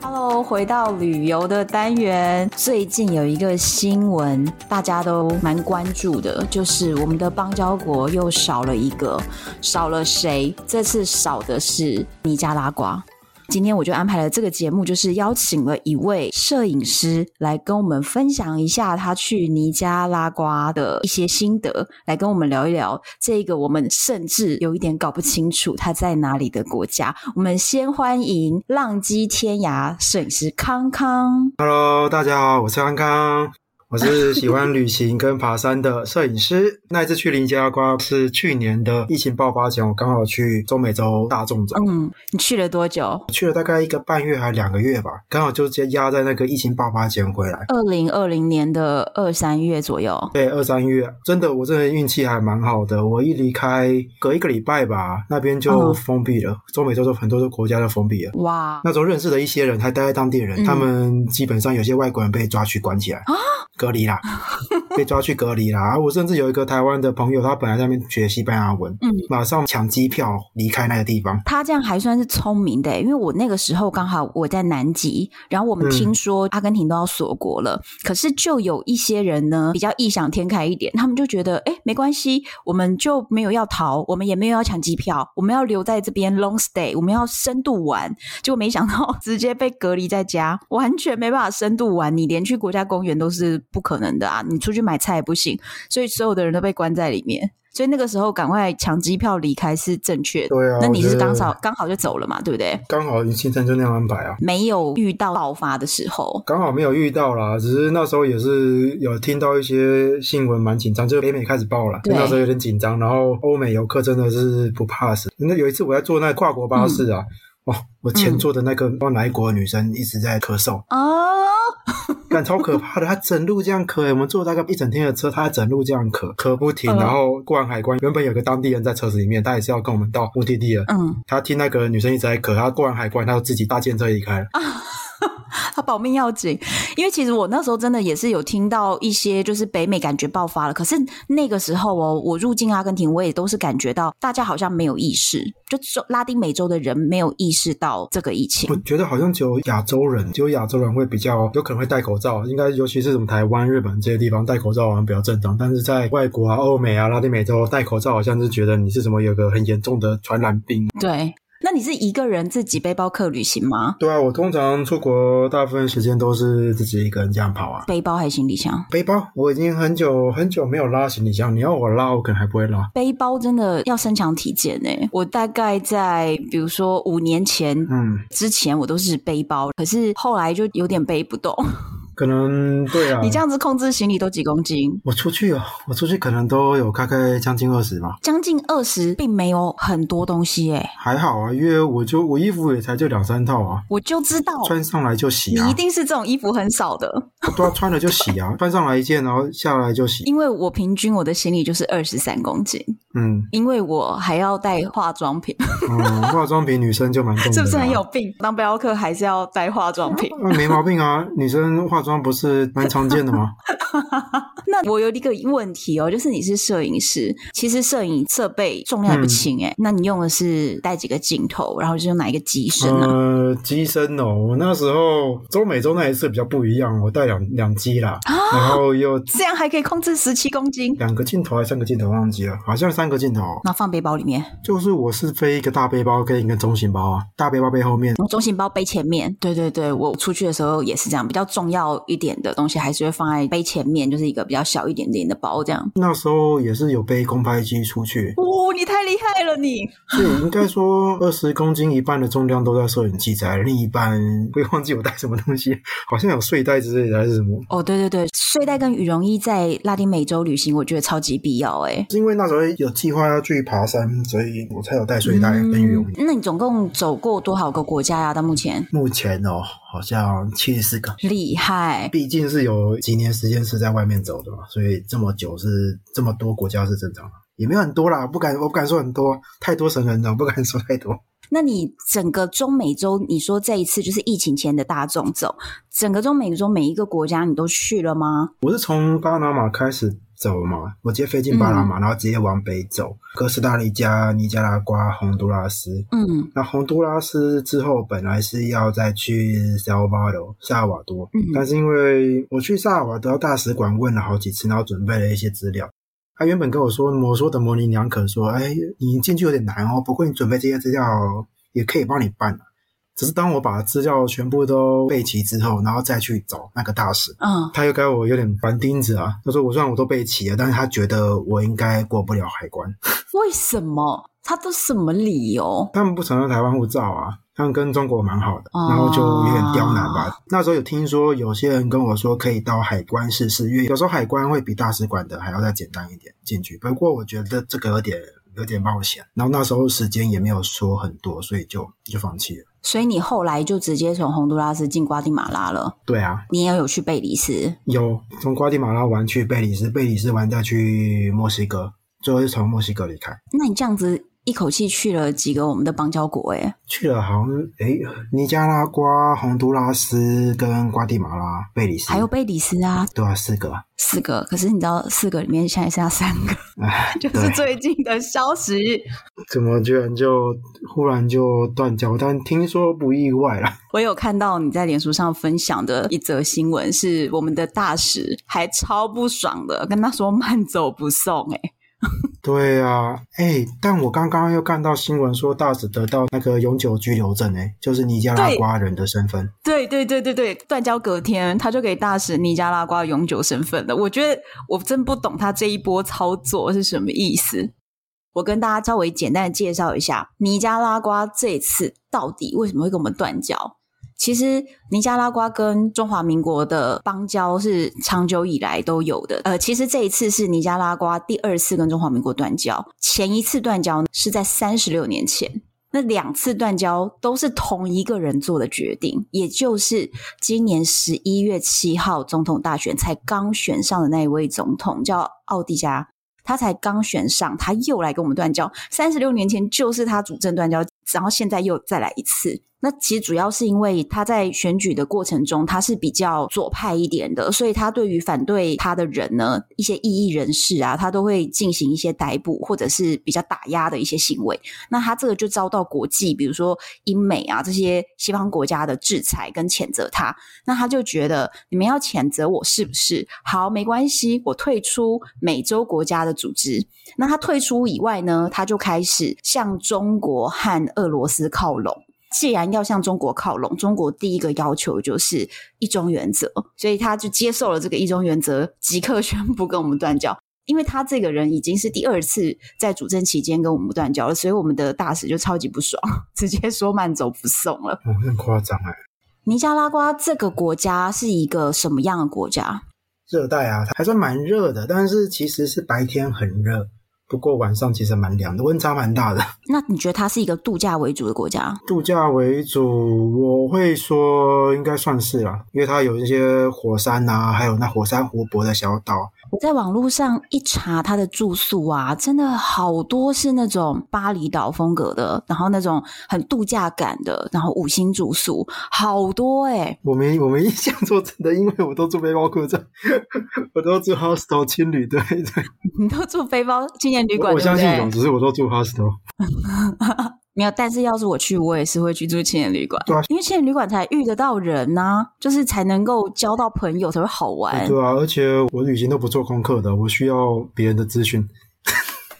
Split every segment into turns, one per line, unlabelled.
Hello，回到旅游的单元，最近有一个新闻，大家都蛮关注的，就是我们的邦交国又少了一个，少了谁？这次少的是尼加拉瓜。今天我就安排了这个节目，就是邀请了一位摄影师来跟我们分享一下他去尼加拉瓜的一些心得，来跟我们聊一聊这个我们甚至有一点搞不清楚他在哪里的国家。我们先欢迎浪迹天涯摄影师康康。
Hello，大家好，我是安康，我是喜欢旅行跟爬山的摄影师。 那一次去林加瓜是去年的疫情爆发前，我刚好去中美洲大纵走，
嗯，你去了多久？
去了大概一个半月还两个月吧，刚好就直接压在那个疫情爆发前回来。
二零二零年的二三月左右。
对，二三月真的，我真的运气还蛮好的。我一离开，隔一个礼拜吧，那边就
嗯
封闭了，中美洲的很多的国家都封闭了。
哇，
那时候认识的一些人，还待在当地人，
嗯
他们基本上有些外国人被抓去关起来
啊，
隔离 啦，被抓去隔离啦。啊我甚至有一个台湾的朋友，他本来在那边学西班牙文，
嗯
马上抢机票离开那个地方。
他这样还算是聪明的欸，因为我那个时候刚好我在南极，然后我们
嗯
听说阿根廷都要锁国了，可是就有一些人呢比较异想天开一点，他们就觉得哎没关系，我们就没有要逃，我们也没有要抢机票，我们要留在这边 long stay，我们要深度玩，结果没想到直接被隔离在家，完全没办法深度玩，你连去国家公园都是不可能的啊，你出去买菜也不行，所以所有的人都被关在里面。所以那个时候赶快抢机票离开是正确的。
对啊，
那你
我
是
觉得
刚好刚好就走了嘛，对不对？
刚好行程就那样安排啊。
没有遇到爆发的时候，
刚好没有遇到啦，只是那时候也是有听到一些新闻，蛮紧张，就是北美开始爆了，
对
那时候有点紧张。然后欧美游客真的是不怕死。那有一次我在坐那跨国巴士
嗯
啊，哇、我前座的那个不知道哪一国的女生一直在咳嗽，
哦，
感超可怕的。她整路这样咳、我们坐大概一整天的车，她整路这样咳，咳不停。
嗯
然后过完海关，原本有个当地人在车子里面，他也是要跟我们到目的地了。
嗯，
他听那个女生一直在咳，他过完海关，他就自己搭建车离开了。
他保命要紧，因为其实我那时候真的也是有听到一些，就是北美感觉爆发了，可是那个时候哦，我入境阿根廷，我也都是感觉到大家好像没有意识，就中拉丁美洲的人没有意识到这个疫情
我，觉得好像只有亚洲人，只有亚洲人会比较有可能会戴口罩，应该尤其是什么台湾、日本这些地方戴口罩好像比较正常，但是在外国啊、欧美啊、拉丁美洲戴口罩好像是觉得你是什么有个很严重的传染病。
对。那你是一个人自己背包客旅行吗？
对啊，我通常出国大部分时间都是自己一个人这样跑啊。
背包还是行李箱？
背包我已经很久很久没有拉行李箱，你要我拉我可能还不会拉。
背包真的要身强体健呢、我大概在比如说五年前
嗯，
之前我都是背包，可是后来就有点背不动。
可能对啊。
你这样子控制行李都几公斤？
我出去啊，我出去可能都有大概将近二十吧。
将近二十，并没有很多东西诶、
还好啊，因为我就我衣服也才就两三套啊，
我就知道
穿上来就洗啊。
哦你一定是这种衣服很少的，
对啊，穿了就洗 啊，穿上来一件，然后下来就洗。
因为我平均我的行李就是二十三公斤，
嗯
因为我还要带化妆品，
嗯，化妆品女生就蛮重的、啊，
是不是很有？病？当背包客还是要带化妆 品。
那、没毛病啊，女生化妆不是蛮常见的吗？
那我有一个问题哦，就是你是摄影师，其实摄影设备重量也不轻
嗯
诶、那你用的是带几个镜头，然后 是用哪一个机身啊呢、
呃，机身哦，我那时候中美洲那一次比较不一样，我带两两机啦，
啊
然后又
这样还可以控制十七公斤。
两个镜头还是三个镜头忘记了，好像三个镜头哦。
那放背包里面，
就是我是背一个大背包跟一个中型包啊，大背包背后面，
我中型包背前面。对对对，我出去的时候也是这样，比较重要一点的东西还是会放在背前面，就是一个比较小一点点的包这样。
那时候也是有背空拍机出去，
哦，你太厉害了你！
所以应该说，二十公斤一半的重量都在摄影器材，另一半会忘记我带什么东西，好像有睡袋之类的还是什么。
哦，对对对，睡袋跟羽绒衣在拉丁美洲旅行，我觉得超级必要欸诶、
是因为那时候有计划要去爬山，所以我
嗯
才有带睡袋跟羽绒衣。
嗯那你总共走过多少个国家呀、到目前
目前哦，好好像七十四个。
厉害，
毕竟是有几年时间是在外面走的嘛，所以这么久是这么多国家是正常的，也没有很多啦，不敢我不敢说很多，太多神人了，不敢说太多。
那你整个中美洲，你说这一次就是疫情前的大众走，整个中美洲每一个国家你都去了吗？
我是从巴拿马开始走嘛，我直接飞进巴拿马，然后直接往北走，哥斯达黎加、尼加拉瓜、洪都拉斯。
嗯
那洪都拉斯之后本来是要再去 Salvador 萨尔瓦多，
嗯
但是因为我去萨尔瓦多大使馆问了好几次，然后准备了一些资料。他原本跟我说，我说的模棱两可，说，哎，你进去有点难哦，不过你准备这些资料也可以帮你办、啊、只是当我把资料全部都备齐之后，然后再去找那个大使，
嗯，
他又该我有点烦钉子啊。他说，我虽然我都备齐了，但是他觉得我应该过不了海关。
为什么？他都什么理由？
他们不承认台湾护照啊，他们跟中国蛮好的，
哦
然后就有点刁难吧。那时候有听说有些人跟我说可以到海关试试，因为有时候海关会比大使馆的还要再简单一点进去。不过我觉得这个有点有点冒险，然后那时候时间也没有说很多，所以就就放弃了。
所以你后来就直接从洪都拉斯进瓜地马拉了，
对啊，
你也有去贝里斯，
有从瓜地马拉玩去贝里斯，贝里斯玩再去墨西哥，最后是从墨西哥离开。
那你这样子一口气去了几个我们的邦交国、欸？
去了好像诶，尼加拉瓜、洪都拉斯跟瓜地马拉、贝里斯，
还有贝里斯啊，
对啊，四个啊。
四个。可是你知道，四个里面现在剩下三个，
唉，
就是最近的消息。
怎么居然就忽然就断交？但听说不意外啦。
我有看到你在脸书上分享的一则新闻，是我们的大使还超不爽的，跟他说慢走不送、欸，
对啊，哎、但我刚刚又看到新闻说大使得到那个永久居留证、哎，就是尼加拉瓜人的身份。
对对对对对，断交隔天他就给大使尼加拉瓜永久身份了。我觉得我真不懂他这一波操作是什么意思。我跟大家稍微简单的介绍一下，尼加拉瓜这次到底为什么会跟我们断交？其实尼加拉瓜跟中华民国的邦交是长久以来都有的。呃，其实这一次是尼加拉瓜第二次跟中华民国断交，前一次断交是在三十六年前。那两次断交都是同一个人做的决定，也就是今年十一月七号总统大选才刚选上的那一位总统叫奥迪加，他才刚选上，他又来跟我们断交。三十六年前就是他主政断交，然后现在又再来一次。那其实主要是因为他在选举的过程中，他是比较左派一点的，所以他对于反对他的人呢，一些异议人士啊，他都会进行一些逮捕或者是比较打压的一些行为。那他这个就遭到国际，比如说英美啊这些西方国家的制裁跟谴责他。那他就觉得你们要谴责我是不是？好，没关系，我退出美洲国家的组织。那他退出以外呢，他就开始向中国和俄罗斯靠拢。既然要向中国靠拢，中国第一个要求就是一中原则，所以他就接受了这个一中原则，即刻宣布跟我们断交。因为他这个人已经是第二次在主政期间跟我们断交了，所以我们的大使就超级不爽， 直接说慢走不送了。
哦，很夸张哎。
尼加拉瓜这个国家是一个什么样的国家？
热带啊，还算蛮热的，但是其实是白天很热，不过晚上其实蛮凉的，温差蛮大的。
那你觉得它是一个度假为主的国家？
度假为主，我会说应该算是啦、因为它有一些火山啊，还有那火山湖泊的小岛，
我在网络上一查它的住宿啊，真的好多是那种巴厘岛风格的，然后那种很度假感的，然后五星住宿好多欸诶、
我没我没印象说真的，因为我都住背包客栈， 我都住 hostel 青旅，对对。
你都住背包青年旅馆，
我我
对
相
不
信
对？
有，只是我都住 hostel。
没有，但是要是我去，我也是会去住青年旅馆，
对啊
因为青年旅馆才遇得到人呐、就是才能够交到朋友，才会好玩。
对啊，而且我旅行都不做功课的，我需要别人的资讯。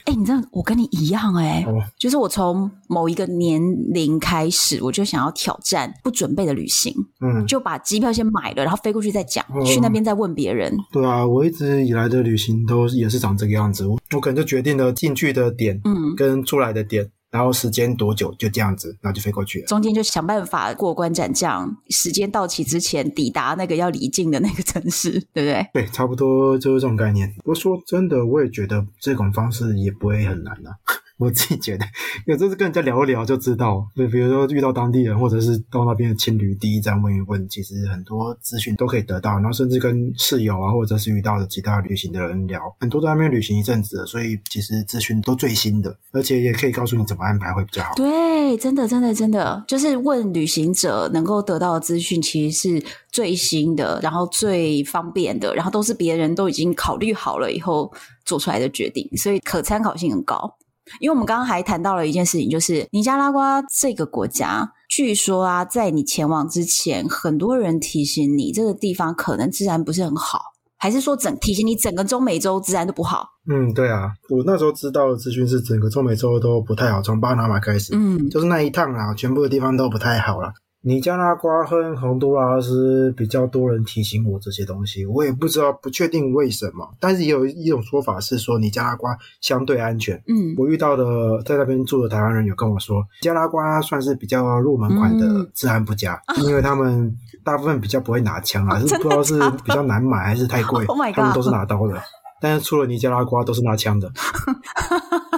哎、你知道我跟你一样哎、
哦
就是我从某一个年龄开始，我就想要挑战不准备的旅行，
嗯，
就把机票先买了，然后飞过去再讲，
嗯
去那边再问别人。
对啊，我一直以来的旅行都也是长这个样子。我我可能就决定了进去的点
嗯，
跟出来的点，然后时间多久，就这样子，然后就飞过去了。
中间就想办法过关斩将，时间到期之前抵达那个要离境的那个城市，对不对？
对，差不多就是这种概念。不过说真的，我也觉得这种方式也不会很难啊。 我自己觉得，有这是跟人家聊一聊就知道。就比如说遇到当地人，或者是到那边的青旅第一站问一问，其实很多资讯都可以得到。然后甚至跟室友啊，或者是遇到的其他旅行的人聊，很多都在那边旅行一阵子了，所以其实资讯都最新的，而且也可以告诉你怎么安排会比较好。
对，真的，真的，真的，就是问旅行者能够得到的资讯，其实是最新的，然后最方便的，然后都是别人都已经考虑好了以后做出来的决定，所以可参考性很高。因为我们刚刚还谈到了一件事情，就是尼加拉瓜这个国家，据说啊，在你前往之前，很多人提醒你这个地方可能治安不是很好，还是说整提醒你整个中美洲治安都不好？
嗯，对啊，我那时候知道的资讯是整个中美洲都不太好，从巴拿马开始，
嗯，
就是那一趟啊，全部的地方都不太好了。尼加拉瓜和洪都拉斯比较多人提醒我这些东西，我也不知道，不确定为什么。但是也有一种说法是说尼加拉瓜相对安全。
嗯，
我遇到的在那边住的台湾人有跟我说，尼加拉瓜算是比较入门款的
嗯
治安不佳，因为他们大部分比较不会拿枪
哦
啊，是不知道是比较难买还是太贵
Oh my，god
他们都是拿刀的。但是除了尼加拉瓜都是拿 枪的。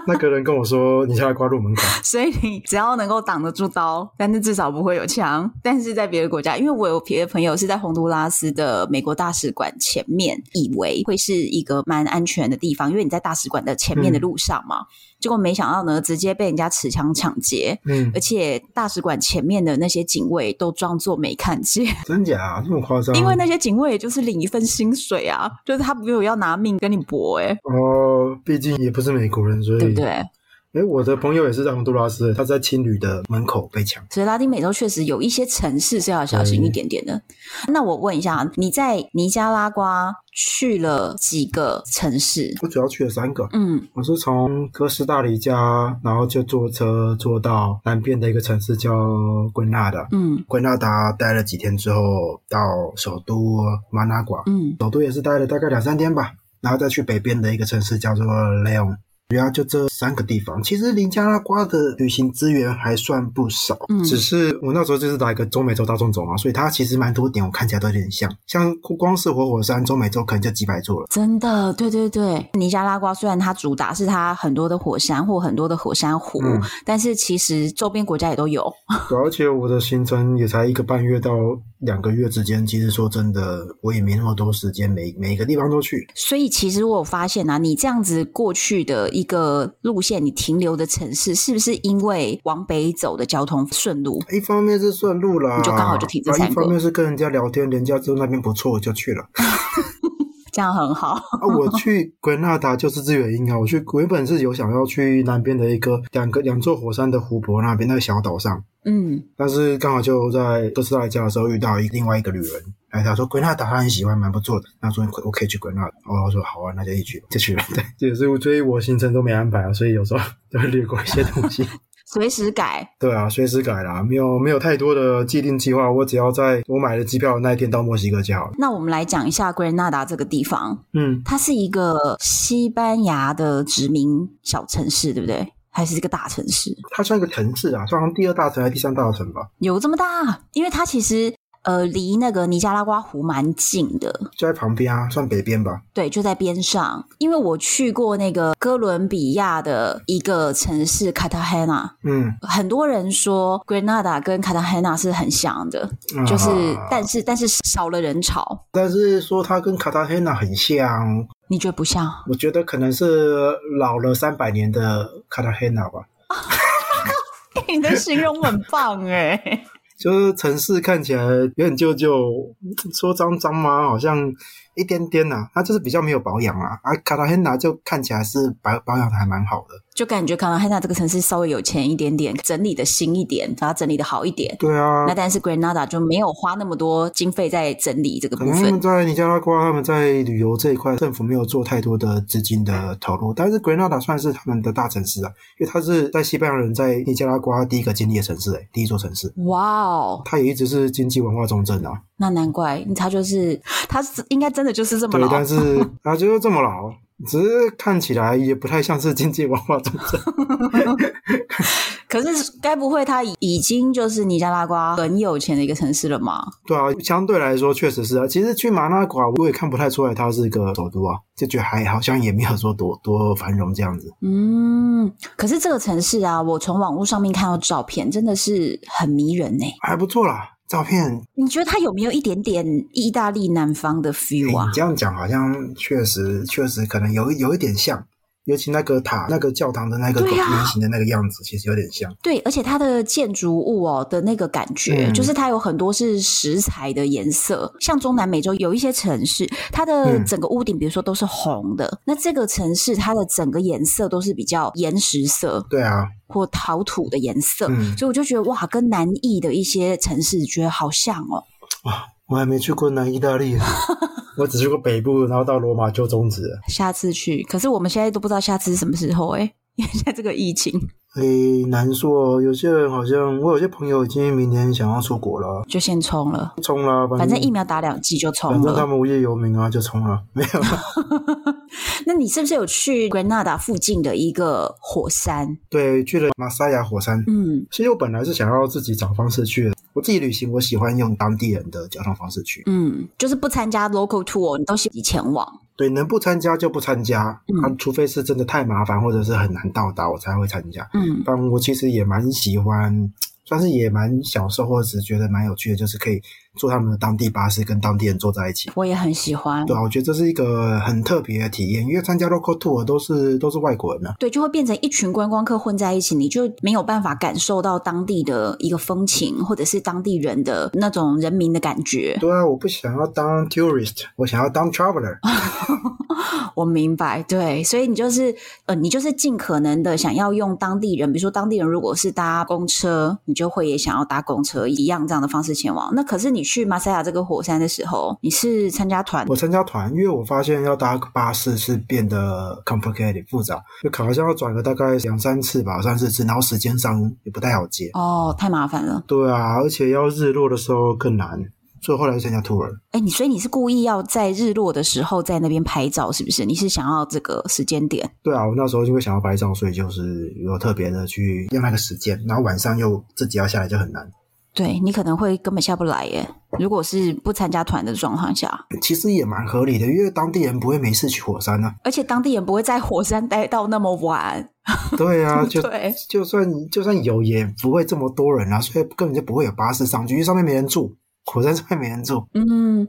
那个人跟我说，尼加拉瓜入门款。
所以你 只要能够挡得住刀，但是至少不会有枪。但是在别的国家，因为我有别的朋友是在洪都拉斯的美国大使馆前面，以为会是一个蛮安全的地方，因为你在大使馆的前面的路上嘛。结果没想到呢，直接被人家持枪抢劫，
嗯
而，且大使馆前面的那些警卫都装作没看见。
真假、啊、这么夸张？
因为那些警卫也就是领一份薪水啊，就是他没有要拿命跟你搏、欸，
哦，毕竟也不是美国人，所以
对不对？
诶我的朋友也是在洪都拉斯的，他在青旅的门口被抢。
所以拉丁美洲确实有一些城市是要小心一点点的。那我问一下，啊你在尼加拉瓜去了几个城市？
我主要去了三个，
嗯，
我是从哥斯达黎加，然后就坐车坐到南边的一个城市叫圭纳达。
嗯
圭纳达待了几天之后，到首都马纳瓜，
嗯
首都也是待了大概两三天吧，然后再去北边的一个城市叫做 Leon。主要就这三个地方，其实尼加拉瓜的旅行资源还算不少，
嗯
只是我那时候就是打一个中美洲大众走嘛，所以它其实蛮多点我看起来都有点像，像光是活火山，中美洲可能就几百座了。
真的，对对对，尼加拉瓜虽然它主打是它很多的火山或很多的火山湖，
嗯
但是其实周边国家也都有。
对而且我的行程也才一个半月到两个月之间，其实说真的，我也没那么多时间，每每个地方都去。
所以其实我有发现啊，你这样子过去的一个路线，你停留的城市是不是因为往北走的交通顺路？
一方面是顺路啦，
你就刚好就停这三个
啊一方面是跟人家聊天，人家说那边不错，我就去了。
这样很好。
啊，我去圭纳达就是自原因啊。我去，我原本是有想要去南边的一个两个两座火山的湖泊那边那个小岛上，
嗯，
但是刚好就在哥斯达黎加的时候遇到一另外一个旅人，哎，他说圭纳达他很喜欢，蛮不错的。他说我可以去圭纳达，哦，我说好啊，那就一起去吧，就去了。对，这也是我所以我行程都没安排啊，所以有时候都会略过一些东西。
随时改。
对啊，随时改啦，没有没有太多的既定计划，我只要在我买了机票的那一天到墨西哥就好了。
那我们来讲一下圭纳达这个地方，
嗯，
它是一个西班牙的殖民小城市，对不对？还是一个大城市？
它算一个城市啊，算第二大城还是第三大城吧，
有这么大？因为它其实呃离那个尼加拉瓜湖蛮近的，
就在旁边啊，算北边吧。
对，就在边上。因为我去过那个哥伦比亚的一个城市卡塔黑纳，
嗯，
很多人说圭纳达跟卡塔黑纳是很像的，就是、
啊
但是但是少了人潮，
但是说它跟卡塔黑娜很像，
你觉得不像？
我觉得可能是老了三百年的卡塔黑娜吧。
你的形容很棒哎、
就是城市看起来有点旧旧，说脏脏吗？好像一点点呐、它就是比较没有保养啊。啊，卡塔黑娜就看起来是保保养的还蛮好的。
就感觉可能汉纳这个城市稍微有钱一点点，整理的新一点，把它整理的好一点。
对啊
那，但是 Granada 就没有花那么多经费在整理这个
可
部
能他们
分。
在尼加拉瓜，他们在旅游这一块，政府没有做太多的资金的投入。但是 Granada 算是他们的大城市啊，因为它是在西班牙人在尼加拉瓜第一个建立的城市、欸，第一座城市。
哇哦，
它也一直是经济文化重镇啊。
那难怪他就是他是应该真的就是这么
对，
老
但是它就是这么老。只是看起来也不太像是经济文化战争。
可是，该不会它已经就是尼加拉瓜很有钱的一个城市了吗？
对啊，相对来说确实是啊。其实去马那瓜，我也看不太出来它是一个首都啊，就觉得还好像也没有说多多繁荣这样子。
嗯，可是这个城市啊，我从网络上面看到照片，真的是很迷人呢、
还不错啦。照片，
你觉得它有没有一点点意大利南方的
诶
feel 啊
哎你？这样讲好像确实确实可能有有一点像，尤其那个塔、那个教堂的那个
对啊
圆形的那个样子，其实有点像。
对，而且它的建筑物哦的那个感觉，
嗯
就是它有很多是石材的颜色，像中南美洲有一些城市，它的
嗯
整个屋顶，比如说都是红的，那这个城市它的整个颜色都是比较岩石色
对啊，
或陶土的颜色，
嗯，
所以我就觉得哇，跟南意的一些城市觉得好像哦。
我还没去过南意大利 呢，我只去过北部，然后到罗马就终止了。
下次去，可是我们现在都不知道下次是什么时候哎、 因为现在这个疫情，
诶，哎难说哦，有些人好像我有些朋友已经明年想要出国了，
就先冲了，
冲啦，
反
正
正疫苗打两剂就冲
嗯反正他
了。
们无业游民啊，就冲了，没有啦。
那你是不是有去 Granada 附近的一个火山？
对，去了马萨亚火山。
嗯，
其实我本来是想要自己找方式去的，我自己旅行，我喜欢用当地人的交通方式去。
嗯，就是不参加 local tour，你都是自己前往。
对，能不参加就不参加，
嗯
啊，除非是真的太麻烦或者是很难到达，我才会参加。
嗯
但我其实也蛮喜欢，算是也蛮享受，或者是觉得蛮有趣的，就是可以坐他们的当地巴士，跟当地人坐在一起。
我也很喜欢。
对啊，我觉得这是一个很特别的体验，因为参加 local tour 都是都是外国人啊。
对，就会变成一群观光客混在一起，你就没有办法感受到当地的一个风情，或者是当地人的那种人民的感觉。
对啊，我不想要当 tourist，我想要当 traveler。
我明白，对，所以你就是呃，你就是尽可能的想要用当地人，比如说当地人如果是搭公车，你就会也想要搭公车一样这样的方式前往。那可是你去马赛亚这个火山的时候，你是参加团
我参加团，因为我发现要搭巴士是变得 complicated 复杂，就好像要转个大概两三次吧，三四次，然后时间上也不太好接。
哦，太麻烦了。
对啊，而且要日落的时候更难，所以后来就参加 tour。
哎，你所以你是故意要在日落的时候在那边拍照，是不是？你是想要这个时间点？
对啊，我那时候就会想要拍照，所以就是有特别的去用那个时间，然后晚上又自己要下来就很难。
对你可能会根本下不来耶。如果是不参加团的状况下，
其实也蛮合理的，因为当地人不会没事去火 山啊。
而且当地人不会在火山待到那么晚。
对啊，就
对，
就算就算有，也不会这么多人啊，所以根本就不会有巴士上去，因为上面没人住，火山上面没人住。
嗯，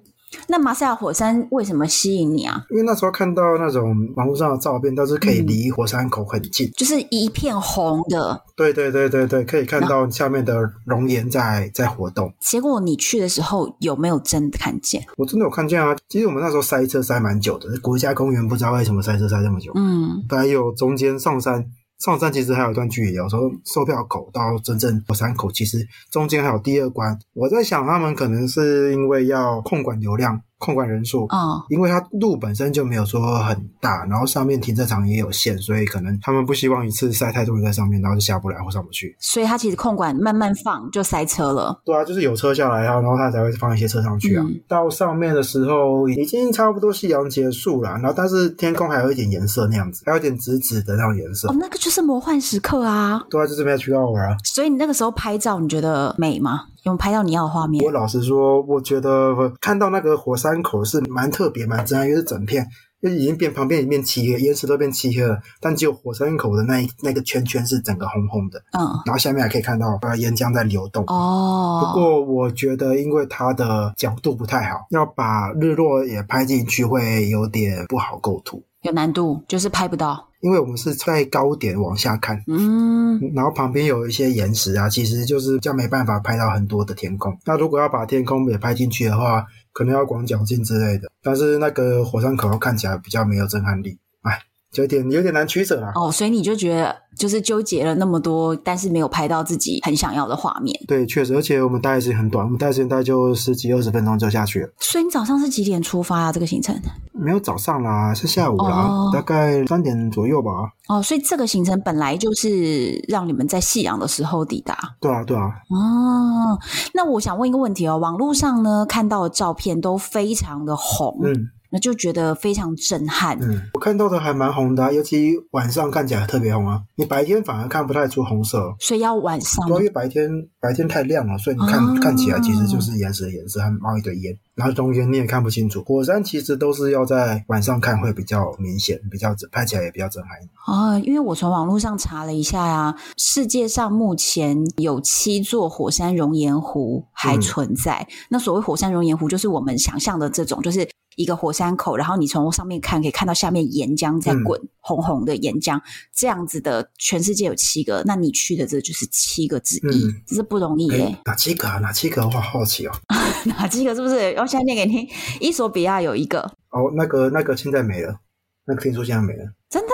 那马赛亚火山为什么吸引你啊？
因为那时候看到那种网络上的照片，都是可以离火山口很近。
就是一片红的。
对对对对对，可以看到下面的熔岩在在活动。
结果你去的时候有没有真的看见？
我真的有看见啊！其实我们那时候塞车塞蛮久的，国家公园不知道为什么塞车塞这么久。
嗯，
还有中间上山，上山其实还有一段距离哦，从售票口到真正火山口，其实中间还有第二关。我在想，他们可能是因为要控管流量、控管人数。
哦，
因为它路本身就没有说很大，然后上面停车场也有限，所以可能他们不希望一次塞太多人在上面，然后就下不来或上不去。
所以它其实空管慢慢放就塞车了。
对啊，就是有车下来啊，然后他才会放一些车上去啊。
嗯
到上面的时候已经差不多夕阳结束了，然后但是天空还有一点颜色那样子，还有一点紫紫的那种颜色。
哦，那个就是魔幻时刻啊！
对啊，就是没有去到玩啊。
所以你那个时候拍照，你觉得美吗？有拍到你要的画面
我？老实说，我觉得看到那个火山口是蛮特别、蛮震撼，因为是整片，因为已经变旁边已经变漆黑，岩石都变漆黑了，但只有火山口的那一那个圈圈是整个红红的，
嗯，
然后下面还可以看到呃岩浆在流动。不
哦，
过我觉得，因为它的角度不太好，要把日落也拍进去会有点不好构图，
有难度，就是拍不到。
因为我们是在高点往下看，
嗯，
然后旁边有一些岩石啊，其实就是这样没办法拍到很多的天空。那如果要把天空也拍进去的话，可能要广角镜之类的。但是那个火山口看起来比较没有震撼力，哎，有点有点难取舍啦。
哦，所以你就觉得就是纠结了那么多，但是没有拍到自己很想要的画面。
对，确实，而且我们待的时间很短，我们待的时间大概就十几二十分钟就下去了，
所以你早上是几点出发啊？这个行程？
没有早上啦，是下午啦，
哦
大概三点左右吧。
哦，所以这个行程本来就是让你们在夕阳的时候抵达
对啊，对啊，
哦。那我想问一个问题哦，网络上呢看到的照片都非常的红，
嗯，
那就觉得非常震撼。
嗯，我看到的还蛮红的、啊，尤其晚上看起来特别红啊。你白天反而看不太出红色，
所以要晚上
对啊因为白天白天太亮了，所以你看、
啊
看起来其实就是岩石的颜色，还冒一堆烟，然后中间你也看不清楚。火山其实都是要在晚上看会比较明显，比较拍起来也比较震撼一点。
啊、因为我从网络上查了一下呀、世界上目前有七座火山熔岩湖还
嗯
存在。那所谓火山熔岩湖，就是我们想象的这种，就是一个火山口，然后你从上面看，可以看到下面岩浆在
嗯
滚，红红的岩浆这样子的。全世界有七个，那你去的这就是七个之一，
嗯
这是不容易耶、
哎，哪七个啊？哪七个？我好好奇哦。
哪几个？是不是？我现在念给你听，伊索比亚有一个，
哦，那个那个现在没了，那个听说现在没了，
真的？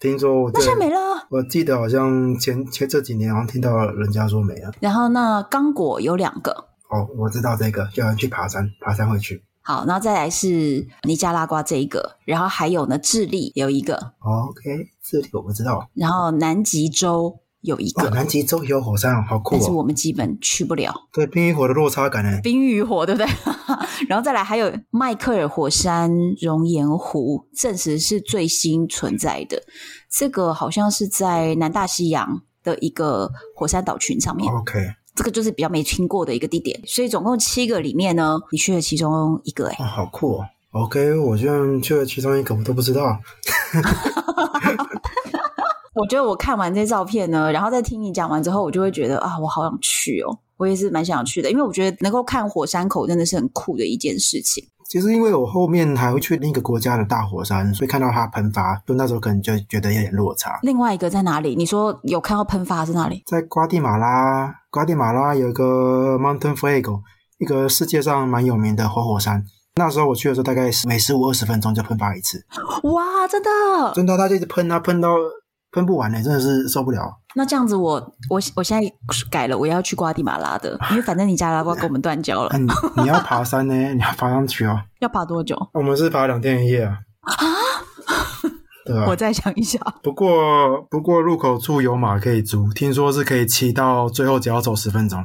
听说
那现在
对
没了。
我记得好像前前这几年好像听到人家说没了。
然后那刚果有两个，
哦，我知道这个，叫人去爬山，爬山会去。
好，然后再来是尼加拉瓜这一个，然后还有呢智利有一个，
哦 OK，这里我不知道。
然后南极洲有一
哇，
个，
南极洲有火山哦，好酷
但是
哦！
我们基本去不了。
对冰与火的落差感呢？
冰与火，对不对？ 然后再来还有迈克尔火山熔岩湖，证实是最新存在的。这个好像是在南大西洋的一个火山岛群上面。
OK，
这个就是比较没听过的一个地点，所以总共七个里面呢，你去了其中一个、欸，
哇，好酷哦。OK，我居然去了其中一个，我都不知道。
我觉得我看完这照片呢，然后再听你讲完之后，我就会觉得啊，我好想去哦，我也是蛮想去的，因为我觉得能够看火山口真的是很酷的一件事情。
其实因为我后面还会去另一个国家的大火山，所以看到它喷发，就那时候可能就觉得有点落差。
另外一个在哪里？你说有看到喷发是哪里？
在瓜地马拉，瓜地马拉有一个 Mountain Fuego，一个世界上蛮有名的活火山。那时候我去的时候，大概是每十五二十分钟就喷发一次，
哇，真的？
真的，它就一直喷啊，喷到喷不完呢、真的是受不了。
那这样子我，我我现在改了，我要去瓜地马拉的，因为反正你加拉瓜跟我们断交了
哎那，你 你要爬山呢、你要爬上去哦。
要爬多久？
我们是爬两天一夜啊。对啊
我，再想一下。
不过不过入口处有马可以租，听说是可以骑到最后只要走十分钟，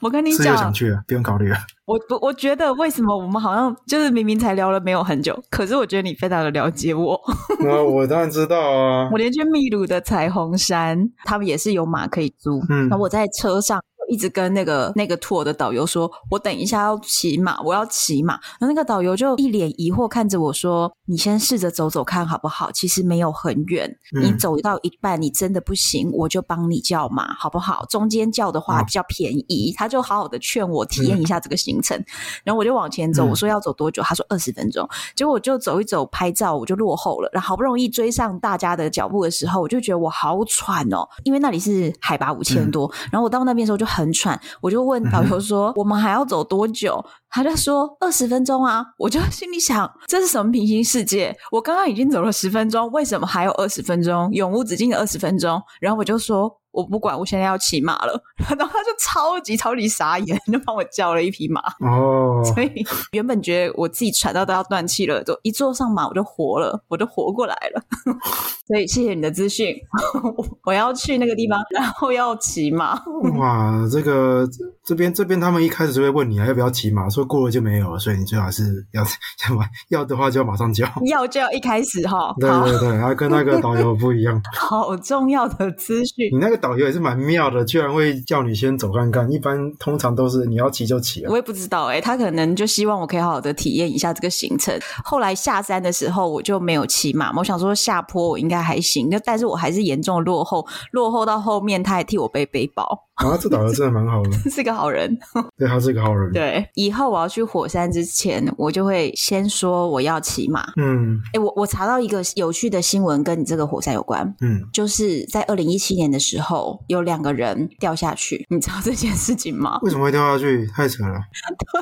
我跟你
是又
讲
想，去了，不用考虑了。
我我我觉得为什么我们好像就是明明才聊了没有很久，可是我觉得你非常的了解 我。
那我当然知道啊
我连去秘鲁的彩虹山，他们也是有马可以租。
嗯
然后我在车上一直跟那个那个 tour 的导游说，我等一下要骑马，我要骑马。然后那个导游就一脸疑惑看着我说：“你先试着走走看好不好？其实没有很远，
嗯
你走到一半你真的不行，我就帮你叫马好不好？中间叫的话
嗯
比较便宜。他就好好的劝我体验一下这个行程。然后我就往前走，
嗯
我说要走多久？他说二十分钟。结果我就走一走拍照，我就落后了。然后好不容易追上大家的脚步的时候，我就觉得我好喘哦，因为那里是海拔五
嗯
千多。然后我到那边的时候就很喘，我就问导游说：“我们还要走多久？”他就说：“二十分钟啊。”我就心里想，这是什么平行世界？我刚刚已经走了十分钟，为什么还有二十分钟？永无止境的二十分钟。然后我就说。我不管，我现在要骑马了。 然后他就超级超级傻眼， 就帮我叫了一匹马。
哦，
所以原本觉得我自己喘到都要断气了，就一坐上马我就活了，我就活过来了。 所以谢谢你的资讯， 我要去那个地方，然后要骑马。
哇，这个这这边这边他们一开始就会问你啊要不要骑马，说过了就没有了，所以你最好是要要么要的话就要马上交。
要就要一开始哈，
对对对，他跟那 个导游不一样，
好好重要的资讯，
你那个导游也是蛮妙的，居然会叫你先走看看。一般通常都是你要骑就骑啊了
我。也不知道哎、他可能就希望我可以好好的体验一下这个行程。后来下山的时候我就没有骑马，我想说下坡我应该还行，那但是我还是严重落后，落后到后面他还替我背背包，
然后啊这导游真的蛮好的，
是个好人。
对他是个好人。
对，以后我要去火山之前，我就会先说我要骑马。
嗯
诶，我我查到一个有趣的新闻，跟你这个火山有关，
嗯，
就是在二零一七年的时候，有两个人掉下去，你知道这件事情吗？
为什么会掉下去？太扯了。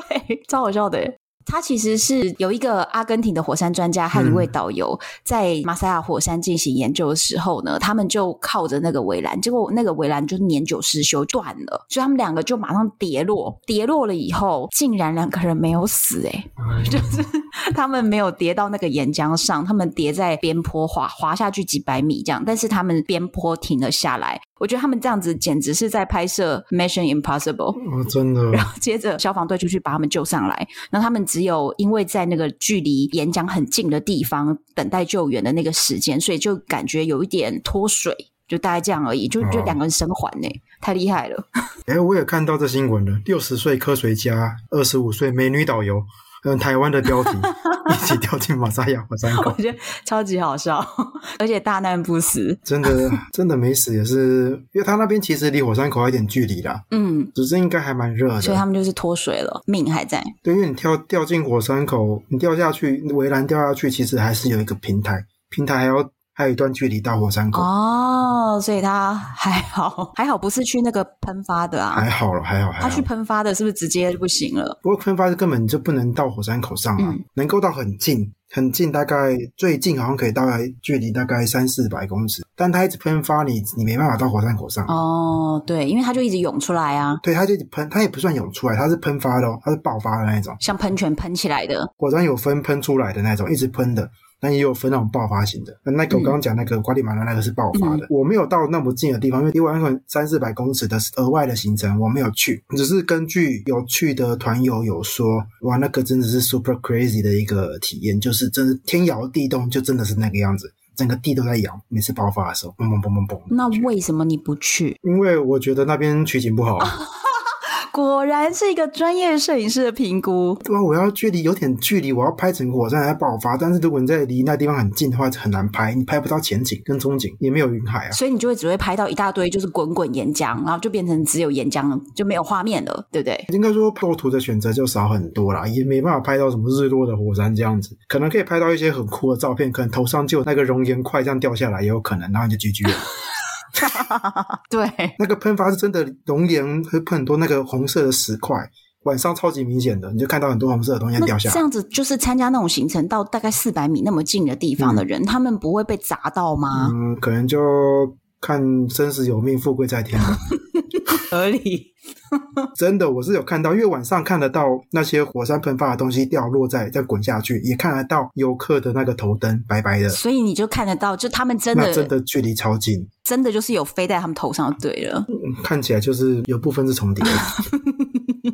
对，超好笑的耶。他其实是有一个阿根廷的火山专家和一位导游在马赛亚火山进行研究的时候呢，他们就靠着那个围栏，结果那个围栏就年久失修断了，所以他们两个就马上跌落，跌落了以后，竟然两个人没有死、欸，
哎
就是他们没有跌到那个岩浆上，他们跌在边坡滑滑下去几百米这样，但是他们边坡停了下来，我觉得他们这样子简直是在拍摄《Mission Impossible》。
哦，真的，
然后接着消防队就去把他们救上来。然后他们只有因为在那个距离演讲很近的地方等待救援的那个时间，所以就感觉有一点脱水，就大概这样而已。就就
哦
两个人生还呢、太厉害了！
哎、我也看到这新闻了，六十岁科学家，二十五岁美女导游，嗯，台湾的标题， 一起掉进马萨亚火山
我
口，
觉得超级好笑，而且大难不死。
真的真的没死也是，因为他那边其实离火山口还有一点距离啦，
嗯，
只是应该还蛮热
所以他
的。
们就是脱水了，命还在。
对，因为你跳掉进火山口，你掉下去，围栏掉下去，其实还是有一个平台，平台还要还有一段距离到火山口，
哦，所以他还好，还好不是去那个喷发的啊
还。好了，还好，还
他
好。
去喷发的是不是直接就不行了？
不过喷发是根本就不能到火山口上啊，
嗯
能够到很近，很近，大概最近好像可以大概距离大概三四百公尺，但它一直喷发你，你没办法到火山口上。
哦，对，因为他就一直涌出来啊，
对，它就一直喷，它也不算涌出来，它是喷发的、哦，它是爆发的那种。
像喷泉喷起来的。
火山有分喷出来的那种，一直喷的，但也有分那种爆发型的。那那个
嗯
我刚刚讲那个瓜地马拉那个是爆发的，我没有到那么近的地方，因为离我那个三四百公尺的额外的行程我没有去，只是根据有去的团友有说，哇，那个真的是 super crazy 的一个体验，就是真是天摇地动，就真的是那个样子。整个地都在摇，每次爆发的时候，嘣嘣嘣嘣嘣。
那为什么你不去？
因为我觉得那边取景不好，啊
哦果然是一个专业摄影师的评估。
对啊，我要距离有点距离，我要拍整个火山还在爆发。但是如果你在离那地方很近的话，很难拍，你拍不到前景跟中景，也没有云海啊。
所以你就会只会拍到一大堆就是滚滚岩浆，然后就变成只有岩浆了，就没有画面了，对不对？
应该说构图的选择就少很多啦，也没办法拍到什么日落的火山这样子，可能可以拍到一些很酷的照片，可能头上就有那个熔岩块这样掉下来也有可能，然后你就 GG 了。
对，
那个喷发是真的熔岩，会喷很多那个红色的石块，晚上超级明显的，你就看到很多红色的东西
那
掉下
这
来。
样子就是参加那种行程到大概四百米那么近的地方的人，他们不会被砸到吗？
嗯，可能就看生死有命，富贵在天吧。
合理。
真的，我是有看到，因为晚上看得到那些火山喷发的东西掉落在再滚下去，也看得到游客的那个头灯白白的，
所以你就看得到，就他们真
那
的
真的距离超近，
真的就是有飞在他们头上，对 了。
嗯看起来就是有部分是重叠的。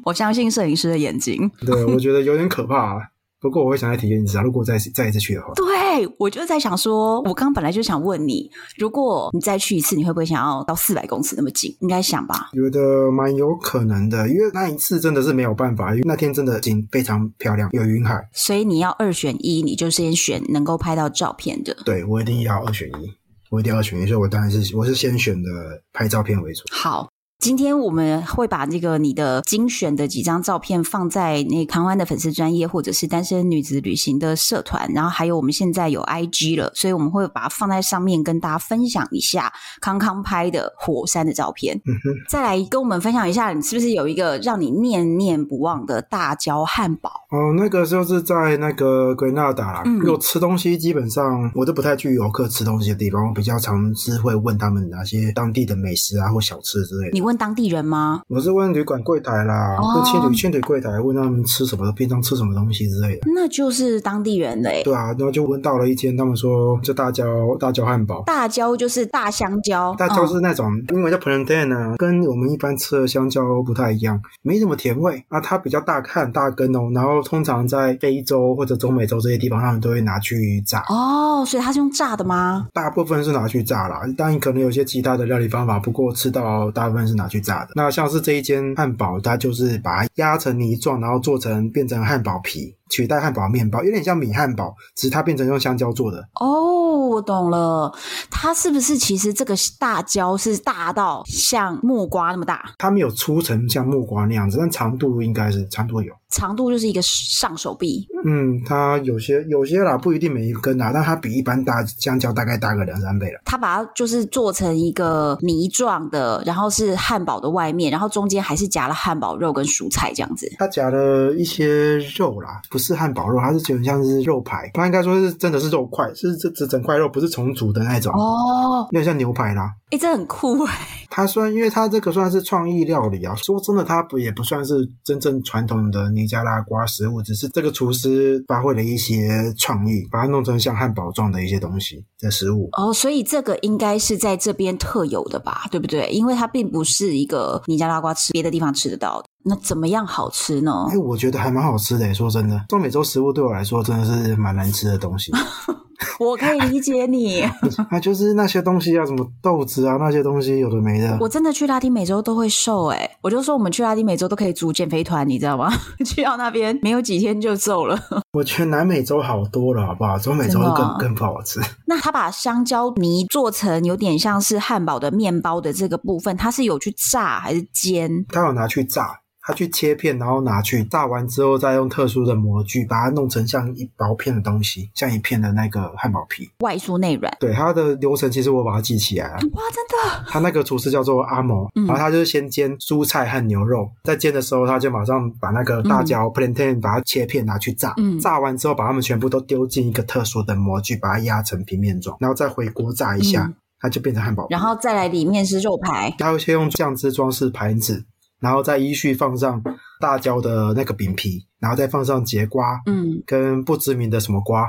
我相信摄影师的眼睛。
对，我觉得有点可怕、啊。不过我会想再体验一次啊，如果再再一次去的话，
对，我就在想说，我刚本来就想问你，如果你再去一次，你会不会想要到四百公尺那么近？应该想吧。
觉得蛮有可能的，因为那一次真的是没有办法，因为那天真的景非常漂亮，有云海。
所以你要二选一，你就先选能够拍到照片的。
对我一定要二选一，我一定要二选一，所以我当然是我是先选的拍照片为主。
好，今天我们会把这个你的精选的几张照片放在那康湾的粉丝专业，或者是单身女子旅行的社团，然后还有我们现在有 IG 了，所以我们会把它放在上面跟大家分享一下康康拍的火山的照片。
嗯哼。
再来跟我们分享一下，你是不是有一个让你念念不忘的大椒汉堡？
哦，那个就是在那个圭纳达啦。
嗯
如果吃东西，基本上我都不太去游客吃东西的地方，我比较常是会问他们哪些当地的美食啊或小吃之类的。
你问当地人吗？
我是问旅馆柜台啦，
哦
问青旅青旅柜台，问他们吃什么，平常吃什么东西之类的。
那就是当地人嘞、
对啊，然后就问到了一间，他们说这大椒大椒汉堡，
大椒就是大香蕉，
大椒
嗯
是那种、英文叫 plantain 啊，跟我们一般吃的香蕉不太一样，没什么甜味啊，它比较大看大根哦，然后通常在非洲或者中美洲这些地方，他们都会拿去炸。
哦，所以它是用炸的吗？
大部分是拿去炸啦，当然可能有些其他的料理方法，不过吃到大部分是拿去炸的。那像是这一间汉堡，它就是把它压成泥状，然后做成变成汉堡皮，取代汉堡面包，有点像米汉堡，只是它变成用香蕉做的。
哦，我懂了，它是不是其实这个大椒是大到像木瓜那么大，
它没有粗成像木瓜那样子，但长度应该是长度有。
长度就是一个上手臂？
嗯，它有些有些啦，不一定每一根啦，啊但它比一般大香蕉大概大个两三倍了。
它把它就是做成一个泥状的，然后是汉堡的外面，然后中间还是夹了汉堡肉跟蔬菜这样子。
它夹了一些肉啦，不是汉堡肉，它是有点像是肉排，它应该说是真的是肉块，是这这整块肉不是重组的那种，
哦，
有点像牛排啦。
哎、这很酷哎、
它虽然因为它这个算是创意料理啊，说真的，它不也不算是真正传统的尼加拉瓜食物，只是这个厨师发挥了一些创意，把它弄成像汉堡状的一些东西的食物。
哦，所以这个应该是在这边特有的吧，对不对？因为它并不是一个尼加拉瓜吃别的地方吃得到的。那怎么样好吃呢？
哎、我觉得还蛮好吃的。欸说真的，中美洲食物对我来说真的是蛮难吃的东西。
我可以理解 你，
它就是那些东西啊，什么豆子啊，那些东西有的没的。
我真的去拉丁美洲都会瘦哎、我就说我们去拉丁美洲都可以组减肥团，你知道吗？ 去到那边没有几天就瘦了。
我觉得南美洲好多了，好不好？中美洲
真的啊
更更不好吃。
那他把香蕉泥做成有点像是汉堡的面包的这个部分，他是有去炸还是煎？
他有拿去炸，他去切片，然后拿去炸完之后，再用特殊的模具把它弄成像一薄片的东西，像一片的那个汉堡皮。
外酥内软。
对，它的流程其实我把它记起来了。
哇，真的
他那个厨师叫做阿毛，
嗯
然后他就是先煎蔬菜和牛肉，在煎的时候他就马上把那个辣椒 plantain 把它切片拿去炸，
嗯
炸完之后把它们全部都丢进一个特殊的模具，把它压成平面状，然后再回锅炸一下，
嗯
它就变成汉堡。
然后再来里面是肉排，
他会先用酱汁装饰盘子，然后再依序放上辣椒的那个饼皮，然后再放上节瓜
嗯，
跟不知名的什么瓜，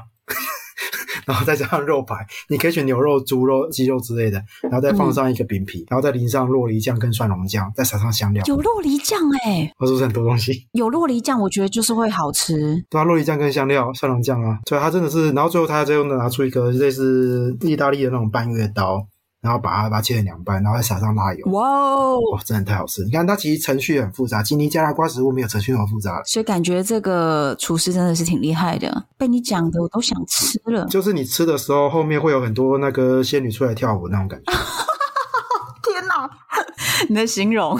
然后再加上肉排，你可以选牛肉、猪肉、鸡肉之类的，然后再放上一个饼皮，然后再淋上洛梨酱跟蒜蓉酱，再撒上香料。
有洛梨酱哎、
我是不是很多东西？
有洛梨酱，我觉得就是会好吃。
对啊，洛梨酱跟香料、蒜蓉酱啊，所以它真的是，然后最后他最后拿出一个类似意大利的那种半月刀，然后把它把它切成两半，然后再撒上辣油。
哇哦！
哇，真的太好吃！你看它其实程序很复杂，其实尼加拉瓜食物没有程序那么复杂，
所以感觉这个厨师真的是挺厉害的，被你讲的我都想吃了。
就是你吃的时候后面会有很多那个仙女出来跳舞那种感觉。
天哪， 你的形容，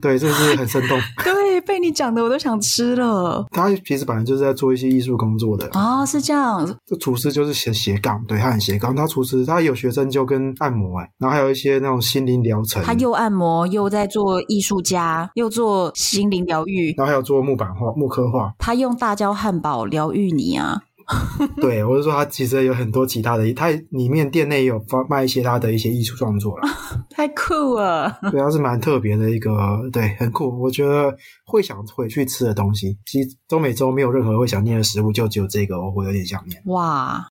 对，这是很生动。
对，被你讲的我都想吃了。
他其实本来就是在做一些艺术工作的，
哦，是这样，
这厨师就是斜斜杠，对他很斜杠。他厨师他有学针灸跟按摩、哎，然后还有一些那种心灵疗程，
他又按摩，又在做艺术家，又做心灵疗愈，
然后还有做木板画、木刻画。
他用大椒汉堡疗愈你啊。
对，我是说他其实有很多其他的，他里面店内也有发卖一些他的一些艺术创作啦。
太酷了！
对，它是蛮特别的一个，对，很酷。我觉得会想回去吃的东西，其实中美洲没有任何会想念的食物，就只有这个哦我会有点想念。
哇，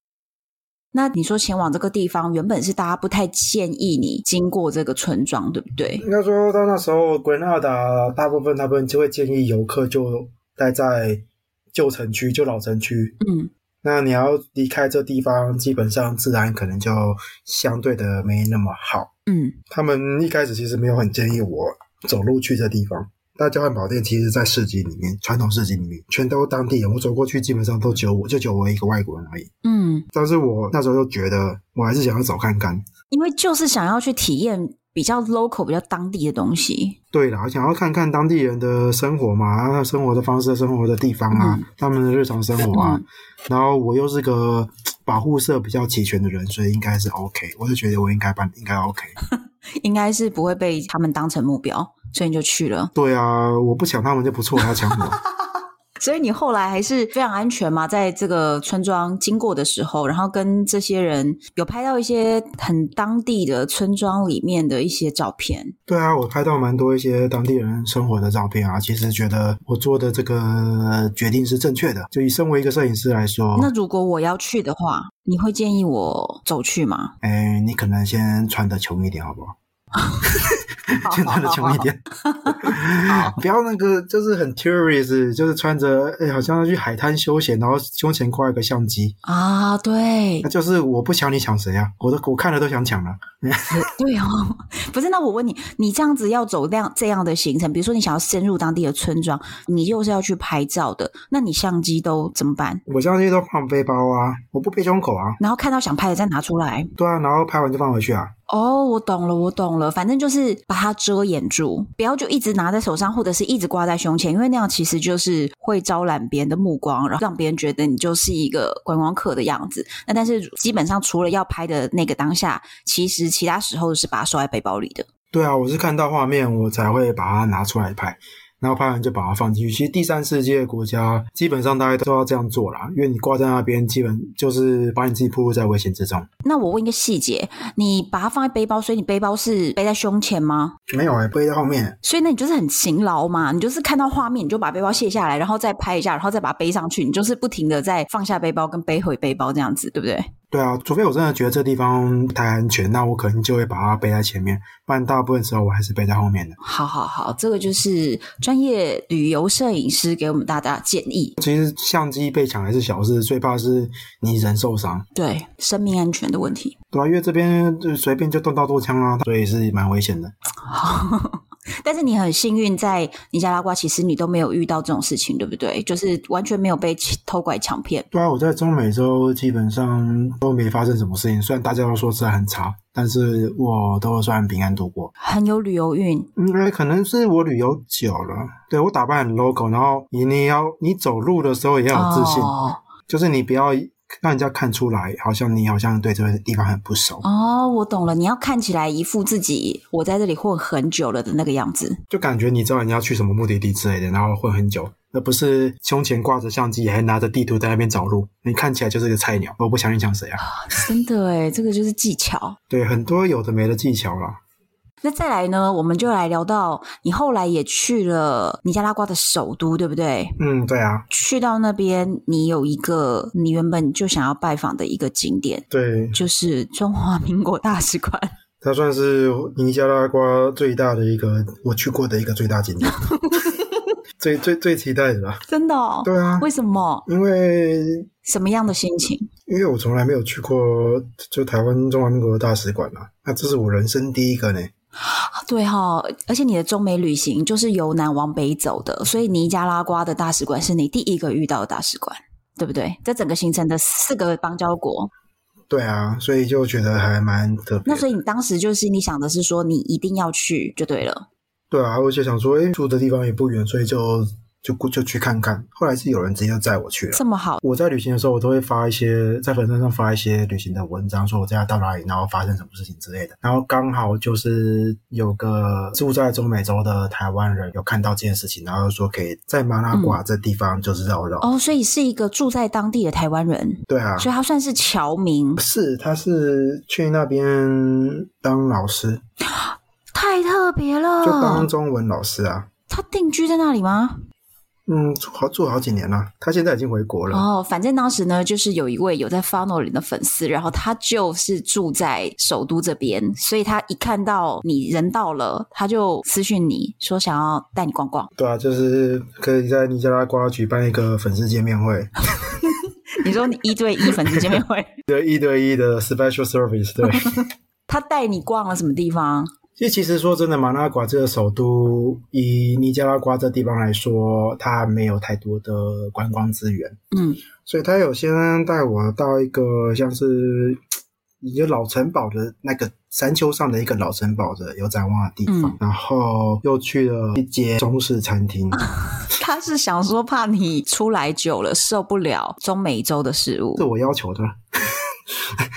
那你说前往这个地方，原本是大家不太建议你经过这个村庄，对不对？
应该说到那时候，格纳达大部分他们就会建议游客就待在旧城区、旧老城区。
嗯，
那你要离开这地方，基本上自然可能就相对的没那么好。
嗯，
他们一开始其实没有很建议我走路去这地方。大家汉堡店其实，在市集里面，传统市集里面，全都当地人。我走过去，基本上都只有我，就只有我一个外国人而已。
嗯，
但是我那时候就觉得，我还是想要走看看。
因为就是想要去体验比较 local、比较当地的东西。
对啦，想要看看当地人的生活嘛，啊生活的方式、生活的地方啊，
嗯
他们的日常生活啊。
嗯
然后我又是个保护色比较齐全的人，所以应该是 OK。我就觉得我应该办，应该 OK。
应该是不会被他们当成目标，所以你就去了。
对啊，我不抢他们就不错，还要抢我。
所以你后来还是非常安全嘛，在这个村庄经过的时候，然后跟这些人有拍到一些很当地的村庄里面的一些照片。
对啊，我拍到蛮多一些当地人生活的照片啊，其实觉得我做的这个决定是正确的。就以身为一个摄影师来说，
那如果我要去的话，你会建议我走去 吗？
哎，你可能先穿的穷一点，好不好？先穿的穷一点， 不要那个就是很 curious，就是穿着哎，好像要去海滩休闲，然后胸前挂一个相机，
啊，对
那就是我不抢你抢谁啊？我都我看了都想抢了。
对哦，不 是。那我问你，你这样子要走这样这样的行程，比如说你想要深入当地的村庄，你又是要去拍照的，那你相机都怎么办？
我相机都放背包啊，我不背胸口啊，
然后看到想拍的再拿出来。
对啊，然后拍完就放回去啊。
哦，我懂了，我懂了，反正就是把它遮掩住，不要就一直拿在手上，或者是一直挂在胸前，因为那样其实就是会招揽别人的目光，然后让别人觉得你就是一个观光客的样子。那但是基本上除了要拍的那个当下，其实其他时候是把它收在背包里的。
对啊，我是看到画面我才会把它拿出来拍。然后台湾就把它放进去。其实第三世界国家基本上大家都要这样做啦，因为你挂在那边，基本就是把你自己暴露在危险之中。
那我问一个细节，你把它放在背包，所以你背包是背在胸前吗？
没有哎、背在后面，
所以那你就是很勤劳嘛，你就是看到画面你就把背包卸下来，然后再拍一下，然后再把它背上去，你就是不停的在放下背包跟背回背包这样子，对不对？
对啊，除非我真的觉得这地方不太安全，那我可能就会把它背在前面，不然大部分时候我还是背在后面的。
好好好，这个就是专业旅游摄影师给我们大家的建议，
其实相机被抢还是小事，最怕是你人受伤，
对生命安全的问题。
对啊，因为这边就随便就动刀动枪啊，所以是蛮危险的。
但是你很幸运，在尼加拉瓜其实你都没有遇到这种事情，对不对？就是完全没有被抢偷拐抢骗。
对啊，我在中美洲基本上都没发生什么事情，虽然大家都说治安很差，但是我都算平安度过。
很有旅游运，
应该可能是我旅游久了，对我打扮很 local，然后你你要你走路的时候也要有自信，
哦
就是你不要让人家看出来，好像你好像对这个地方很不熟，
哦，我懂了，你要看起来一副自己我在这里混很久了的那个样子。
就感觉你知道你要去什么目的地之类的，然后混很久。而不是胸前挂着相机，还拿着地图在那边找路，你看起来就是个菜鸟。我不想影响谁啊？
哦真的诶，这个就是技巧。
对，很多有的没的技巧啦。
那再来呢，我们就来聊到你后来也去了尼加拉瓜的首都，对不对？
嗯，对啊，
去到那边，你有一个你原本就想要拜访的一个景点，
对，
就是中华民国大使馆。
它算是尼加拉瓜最大的一个我去过的一个最大景 点，最最最期待的啦。
真的、哦？
对啊，
为什么？
因为
什么样的心情？
因为我从来没有去过就台湾中华民国的大使馆啦，那这是我人生第一个呢。
啊对哈、而且你的中美旅行就是由南往北走的，所以尼加拉瓜的大使馆是你第一个遇到的大使馆，对不对？这整个行程的四个邦交国，
对啊，所以就觉得还蛮特别
那。所以你当时就是你想的是说你一定要去就对了。
对啊，我就想说，哎，住的地方也不远，所以就就就去看看。后来是有人直接就载我去了。
这么好，
我在旅行的时候，我都会发一些在粉丝上发一些旅行的文章，说我这样到哪里，然后发生什么事情之类的。然后刚好就是有个住在中美洲的台湾人有看到这件事情，然后说可以在马拉瓜这地方就是绕绕。
嗯哦，所以是一个住在当地的台湾人，
对啊，
所以他算是侨民，
是他是去那边当老师，
太特别
就当
了。
中文老师啊。
他定居在那里吗？
嗯，住好住好几年了，他现在已经回国了。
哦，反正当时呢，就是有一位有在 follow 你的粉丝，然后他就是住在首都这边，所以他一看到你人到了，他就私讯你说想要带你逛逛。
对啊，就是可以在尼加拉瓜举办一个粉丝见面会，
你说你一对一粉丝见面会，
对一对一的 special service，对。
他带你逛了什么地方？
其实，其实说真的，马拉瓜这个首都，以尼加拉瓜这地方来说，它没有太多的观光资源，
嗯，
所以他有先带我到一个像是一个老城堡的那个山丘上的一个老城堡的有展望的地方，
嗯
然后又去了一间中式餐厅，
他是想说怕你出来久了受不了中美洲的事物
是。我要求的。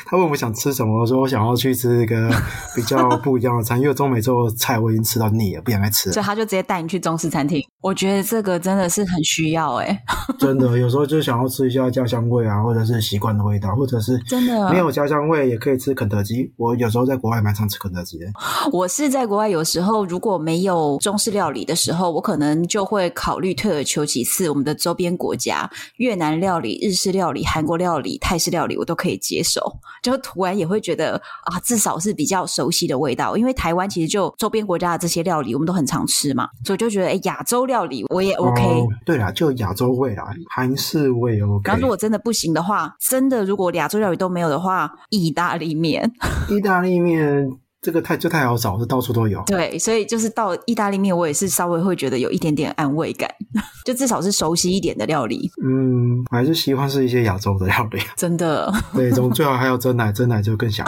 他问我想吃什么，我说我想要去吃一个比较不一样的餐，因为中美洲的菜我已经吃到腻了，不想再吃了
所。以他就直接带你去中式餐厅，我觉得这个真的是很需要哎、
真的，有时候就想要吃一下家乡味啊，或者是习惯的味道，或者是
真的
没有家乡味也可以吃肯德基。我有时候在国外蛮常吃肯德基的，
我是在国外，有时候如果没有中式料理的时候，我可能就会考虑退而求其次，我们的周边国家，越南料理、日式料理、韩国料理、泰式料理，我都可以接受。就突然也会觉得啊，至少是比较熟悉的味道，因为台湾其实就周边国家的这些料理，我们都很常吃嘛，所以就觉得哎，亚洲料理我也 OK。
哦对啦，就亚洲味啦，韩式味也 OK
然后，。如果真的不行的话，真的如果亚洲料理都没有的话，意大利面，
意大利面这个太就太好找，这到处都有。
对，所以就是到意大利面，我也是稍微会觉得有一点点安慰感， 就至少是熟悉一点的料理，
嗯，我还是喜欢是一些亚洲的 料理。
真的。
对，中最好还有蒸奶，蒸奶就更想。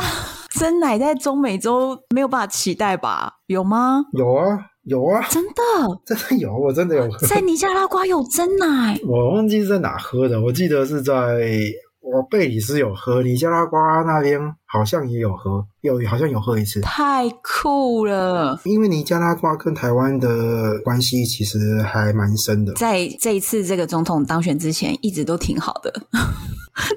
真奶在中美洲没有办法期待吧？有吗？
有啊，有啊，
真的，
真的有，我真的有喝。
在尼加拉瓜有真奶
我忘记是在哪喝的，我记得是在我贝里斯有喝，尼加拉瓜那边好像也有喝，有好像有喝一次。
太酷了！
因为尼加拉瓜跟台湾的关系其实还蛮深的，
在这一次这个总统当选之前，一直都挺好的。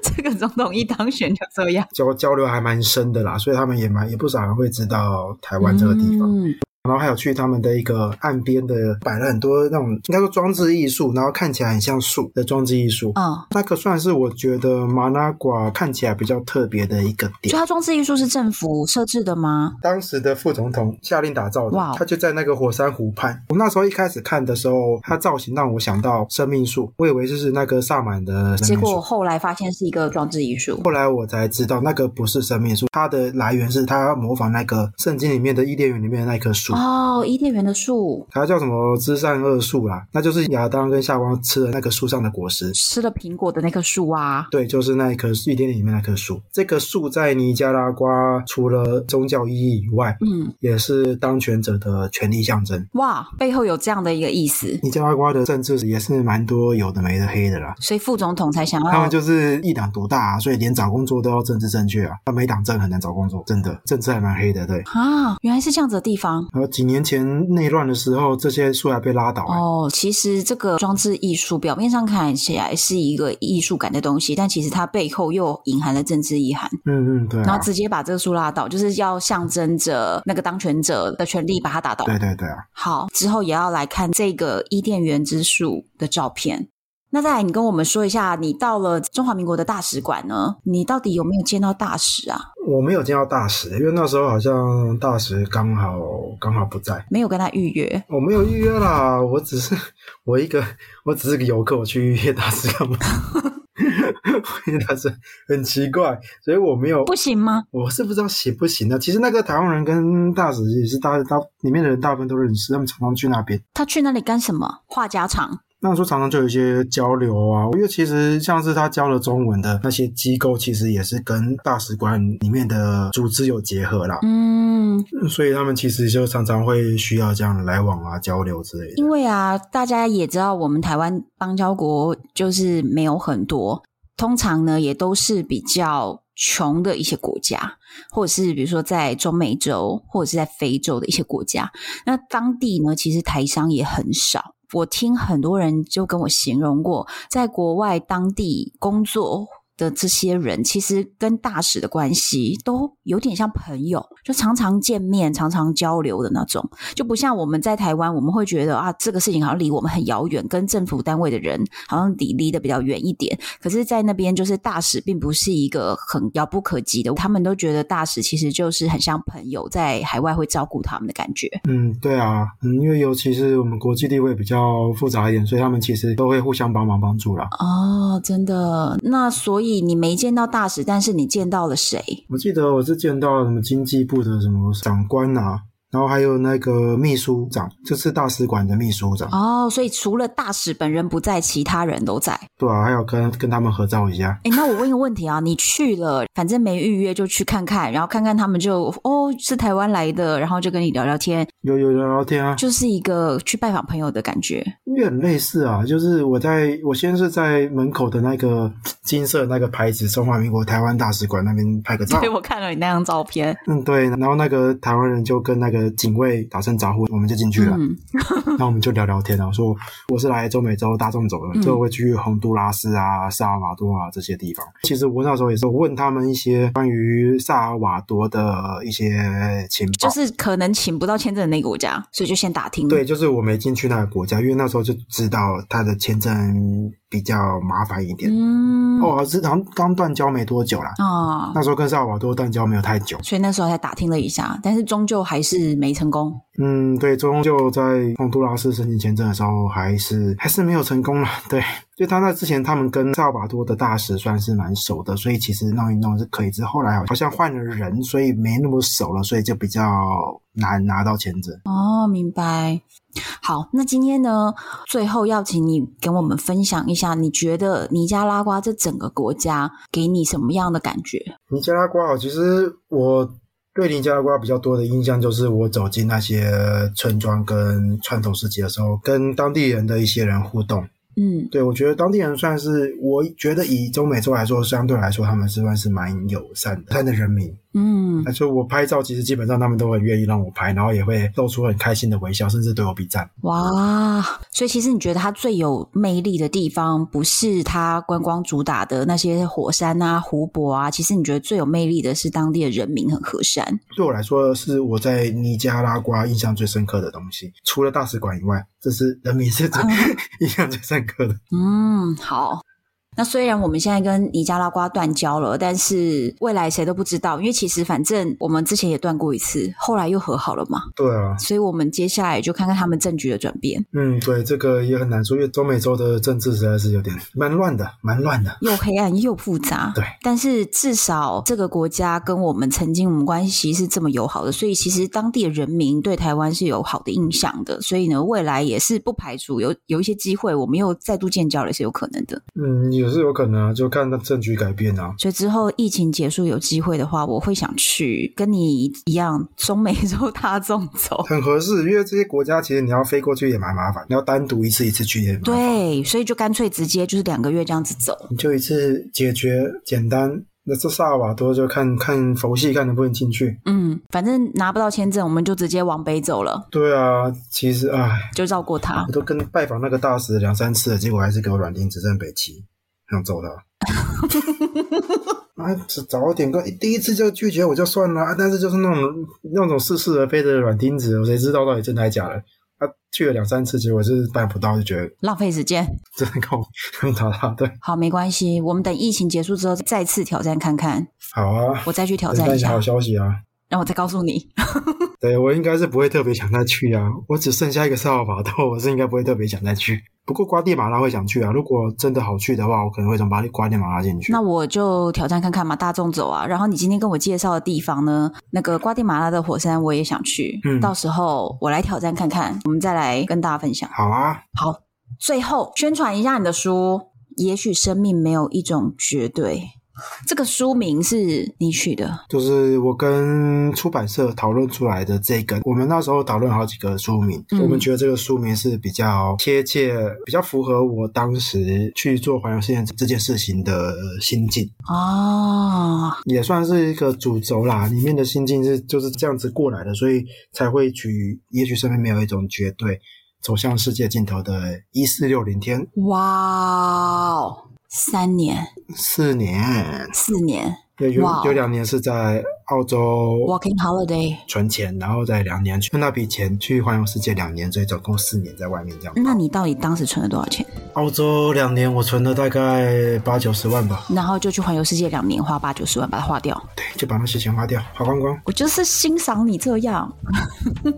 这个总统一当选就这样，
交交流还蛮深的啦，所以他们也蛮也不少人会知道台湾这个地方。
嗯
然后还有去他们的一个岸边的摆了很多那种应该说装置艺术，然后看起来很像树的装置艺术。
嗯，
那个算是我觉得马纳瓜看起来比较特别的一个
就
点。
它装置艺术是政府设置的吗？
当时的副总统下令打造的
哇哦
他就在那个火山湖畔。我那时候一开始看的时候，它造型让我想到生命树，我以为就是那个萨满的生
结
命
果
树。
后来发现是一个装置艺术。
后来我才知道，那个不是生命树，它的来源是它模仿那个圣经里面的伊甸园里面的那棵树。
哦，伊甸园的树
它叫什么知善恶树啦，那就是亚当跟夏娃吃的那个树上的果实。
吃了苹果的那棵树啊，
对，就是那一棵伊甸园里面那棵树。这棵树在尼加拉瓜除了宗教意义以外，
嗯，
也是当权者的权力象征。
哇，背后有这样的一个意思，
尼加拉瓜的政治也是蛮多有的没的黑的啦。
所以副总统才想
他
要
们就是一党独大、啊，所以连找工作都要政治正确啊。那没党政很难找工作，真的政治还蛮黑的。对，
啊，原来是这样子的地方。
然后几年前内乱的时候，这些树还被拉倒、欸。
哦，其实这个装置艺术表面上看起来是一个艺术感的东西，但其实它背后又隐含了政治意涵，
嗯嗯，对、
然
啊
后，直接把这个树拉倒，就是要象征着那个当权者的权利把它打倒。
对对对啊。
好，之后也要来看这个伊甸园之树的照片。那再来，你跟我们说一下，你到了中华民国的大使馆呢，你到底有没有见到大使啊？
我没有见到大使，因为那时候好像大使刚好刚好不在。
没有跟他预约，
我没有预约啦，我只是 我一个，我只是个游客，我去预约大师干嘛？ 我约大师很奇怪，所以我没有，
不行吗？
我是不知道行不行的。其实那个台湾人跟大使也是大大里面的人大部分都认识，他们常常去那边。
他去那里干什么？话家常。
那时候常常就有一些交流啊，因为其实像是他教了中文的那些机构，其实也是跟大使馆里面的组织有结合啦，
嗯，
所以他们其实就常常会需要这样来往啊、交流之类的。
因为啊，大家也知道，我们台湾邦交国就是没有很多，通常呢也都是比较穷的一些国家，或者是比如说在中美洲或者是在非洲的一些国家。那当地呢，其实台商也很少。我听很多人就跟我形容过，在国外当地工作的这些人，其实跟大使的关系都有点像朋友，就常常见面、常常交流的那种。就不像我们在台湾，我们会觉得啊，这个事情好像离我们很遥远，跟政府单位的人好像离离得比较远一点。可是，在那边就是大使并不是一个很遥不可及的，他们都觉得大使其实就是很像朋友，在海外会照顾他们的感觉。
嗯，对啊，嗯，因为尤其是我们国际地位比较复杂一点，所以他们其实都会互相帮忙帮助啦。
哦，真的。那所以你没见到大使，但是你见到了谁？
我记得我是见到什么经济部的什么长官啊，然后还有那个秘书长，这次大使馆的秘书长，
哦，所以除了大使本人不在，其他人都在。
对啊，还有跟跟他们合照一下。
哎，那我问一个问题啊，你去了，反正没预约就去看看，然后看看他们就哦是台湾来的，然后就跟你聊聊天，
有有聊聊天啊，
就是一个去拜访朋友的感觉。
因为很类似啊，就是我在我先是在门口的那个金色那个牌子，中华民国台湾大使馆那边拍 个照
所以，我看了你那张照片，
嗯对，然后那个台湾人就跟那个警卫打声招呼，我们就进去了。
嗯，
然后我们就聊聊天啊，说我是来中美洲大众走的，
嗯
最后会去洪都拉斯啊、萨尔瓦多啊这些地方。其实我那时候也是问他们一些关于萨尔瓦多的一些情报，
就是可能请不到签证的那个国家，所以就先打听。
对，，就是我没进去那个国家，因为那时候就知道他的签证比较麻烦一点。
嗯，
哦，好像好像刚断交没多久啦，
啊、
那时候跟萨尔瓦多断交没有太久。
所以那时候才打听了一下，但是终究还是没成功。
嗯，对，最终就在洪都拉斯申请签证的时候，还是还是没有成功了。对， 就他那之前，他们跟萨尔瓦多的大使算是蛮熟的，所以其实弄一弄是可以。只是后来好像换了人，所以没那么熟了，所以就比较难拿到签证。
哦，明白。好，那今天呢，最后要请你跟我们分享一下，你觉得尼加拉瓜这整个国家给你什么样的感觉？
尼加拉瓜哦，其实我对尼加拉瓜比较多的印象就是，我走进那些村庄跟传统市集的时候，跟当地人的一些人互动。
嗯，
对，我觉得当地人算是，我觉得以中美洲来说，相对来说他们是算是蛮友善的，他的人民。
嗯，
那就我拍照，其实基本上他们都很愿意让我拍，然后也会露出很开心的微笑，甚至对我比赞。
哇！所以其实你觉得它最有魅力的地方，不是它观光主打的那些火山啊、湖泊啊，其实你觉得最有魅力的是当地的人民很和善。
对我来说，是我在尼加拉瓜印象最深刻的东西，除了大使馆以外，这是人民是最 印象最深刻的。
嗯，好。那虽然我们现在跟尼加拉瓜断交了，但是未来谁都不知道，因为其实反正我们之前也断过一次，后来又和好了嘛，
对啊，
所以我们接下来就看看他们政局的转变，
嗯，对，这个也很难说，因为中美洲的政治实在是有点蛮乱的，蛮乱的。
又黑暗又复杂。
对，
但是至少这个国家跟我们曾经我们关系是这么友好的，所以其实当地的人民对台湾是有好的印象的，所以呢，未来也是不排除有有一些机会，我们又再度建交了也是有可能的。
嗯，也是有可能啊，就看那政局改变啊。
所以之后疫情结束有机会的话，我会想去跟你一样中美洲大众走。
很合适，因为这些国家其实你要飞过去也蛮麻烦，你要单独一次一次去也蛮麻烦，
对，所以就干脆直接就是两个月这样子走。
你就一次解决简单。那这萨尔瓦多就看看佛系，看能不能进去。
嗯，反正拿不到签证，我们就直接往北走了，
对啊，其实唉，
就绕过它
我。都跟拜访那个大使两三次了，结果还是给我软钉子，真的北齐，想走的。啊，早点跟第一次就拒绝我就算了，啊但是就是那种那种似是而非的软钉子，我谁知道到底真的还假的？啊，去了两三次，结果是办不到，就觉得
浪费时间，
真的够 很讨厌。对，
好，没关系，我们等疫情结束之后再次挑战看看，
好啊，
我再去挑
等
战
待
一
你
下
好，消息啊。
让我再告诉你。
对我应该是不会特别想再去啊，我只剩下一个萨尔瓦多， 我是应该不会特别想再去。不过瓜地马拉会想去啊，如果真的好去的话，我可能会从巴黎瓜地马拉进去。
那我就挑战看看嘛，大众走啊。然后你今天跟我介绍的地方呢，那个瓜地马拉的火山我也想去，
嗯
到时候我来挑战看看，我们再来跟大家分享。
好啊，
好，最后宣传一下你的书。也许生命没有一种绝对，这个书名是你取的，
就是我跟出版社讨论出来的这个，我们那时候讨论好几个书名，
嗯
我们觉得这个书名是比较贴切、比较符合我当时去做环游世界这件事情的心境，
哦，
也算是一个主轴啦。里面的心境是就是这样子过来的，所以才会取“也许身边没有一种绝对走向世界尽头的一四六零天
哇哦，三年、
四年
四年”，
有
哇
有有两年是在澳洲
，Walking Holiday。
存钱，然后再两年去用那笔钱去环游世界两年，所以总共四年在外面这样。
那你到底当时存了多少钱？
澳洲两年，我存了大概八九十万吧，
然后就去环游世界两年，花八九十万把它花掉。
对，就把那些钱花掉，花光光。
我就是欣赏你这样，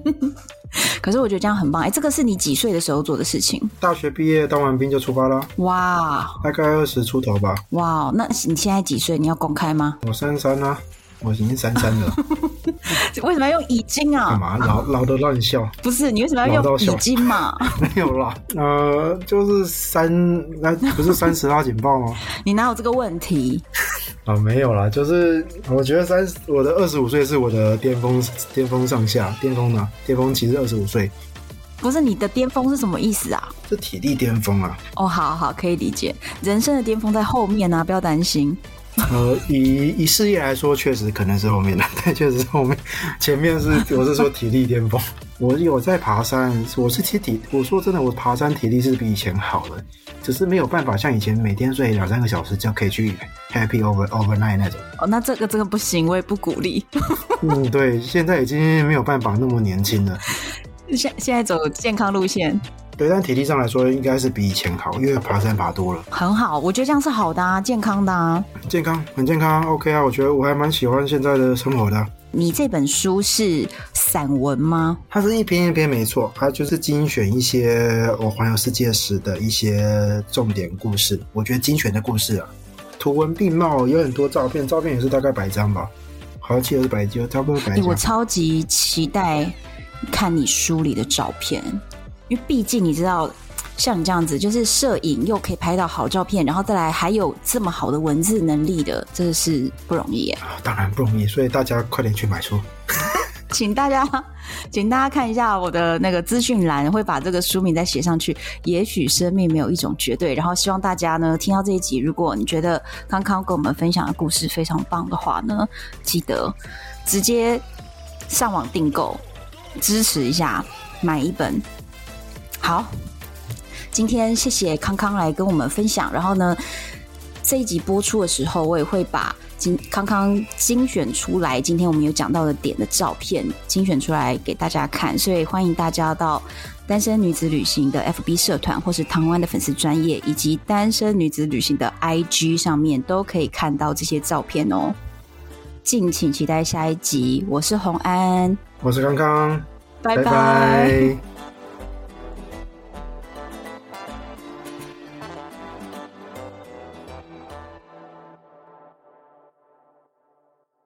可是我觉得这样很棒。哎，这个是你几岁的时候做的事情？
大学毕业当完兵就出发啦，
哇
大概二十出头吧。
哇，哦那你现在几岁？你要公开吗？
我三三啦，我已经三三了，
为什么要用已经
干
啊？
嘛老老的让你笑？
不是你为什么要
老
用
到笑
已经嘛？
没有啦，呃，就是三，那、不是三十拉警报吗？
你哪有这个问题？
啊，没有啦，就是我觉得三十，我的二十五岁是我的巅峰，巅峰上下，巅峰呢，巅峰期是二十五岁，
不是你的巅峰是什么意思啊？
这体力巅峰啊。
哦，好好可以理解，人生的巅峰在后面啊，不要担心。
呃，以以事业来说，确实可能是后面的，但确实是后面，前面是我是说体力巅峰。我有在爬山，我是其实体，我说真的，我爬山体力是比以前好了，只是没有办法像以前每天睡两三个小时就可以去 happy over overnight 那种。
哦，那这个真的不行，我也不鼓励。
嗯，对，现在已经没有办法那么年轻了。
现现在走健康路线
对，但体力上来说，应该是比以前好，因为爬山爬多了，
很好，我觉得这样是好的啊，健康的啊。
健康，很健康啊，OK 啊，我觉得我还蛮喜欢现在的生活的啊、
你这本书是散文吗？
它是一篇一篇没错，它就是精选一些我环游世界时的一些重点故事。我觉得精选的故事啊，图文并茂，有很多照片，照片也是大概百张吧，好像记得是百张，差不多百
欸、我
张。
超级期待看你书里的照片，因为毕竟你知道，像你这样子，就是摄影又可以拍到好照片，然后再来还有这么好的文字能力的，真的是不容易耶。
啊当然不容易，所以大家快点去买书。
请大家，请大家看一下我的那个资讯栏，会把这个书名再写上去。也许生命没有一种绝对，然后希望大家呢听到这一集，如果你觉得康康跟我们分享的故事非常棒的话呢，记得直接上网订购，支持一下，买一本。好，今天谢谢康康来跟我们分享，然后呢，这一集播出的时候，我也会把。今康康精选出来，今天我们有讲到的点的照片精选出来给大家看，所以欢迎大家到单身女子旅行的 FB 社团，或是唐湾的粉丝专业，以及单身女子旅行的 IG 上面都可以看到这些照片哦。敬请期待下一集，我是红安，
我是康康，
拜拜。
拜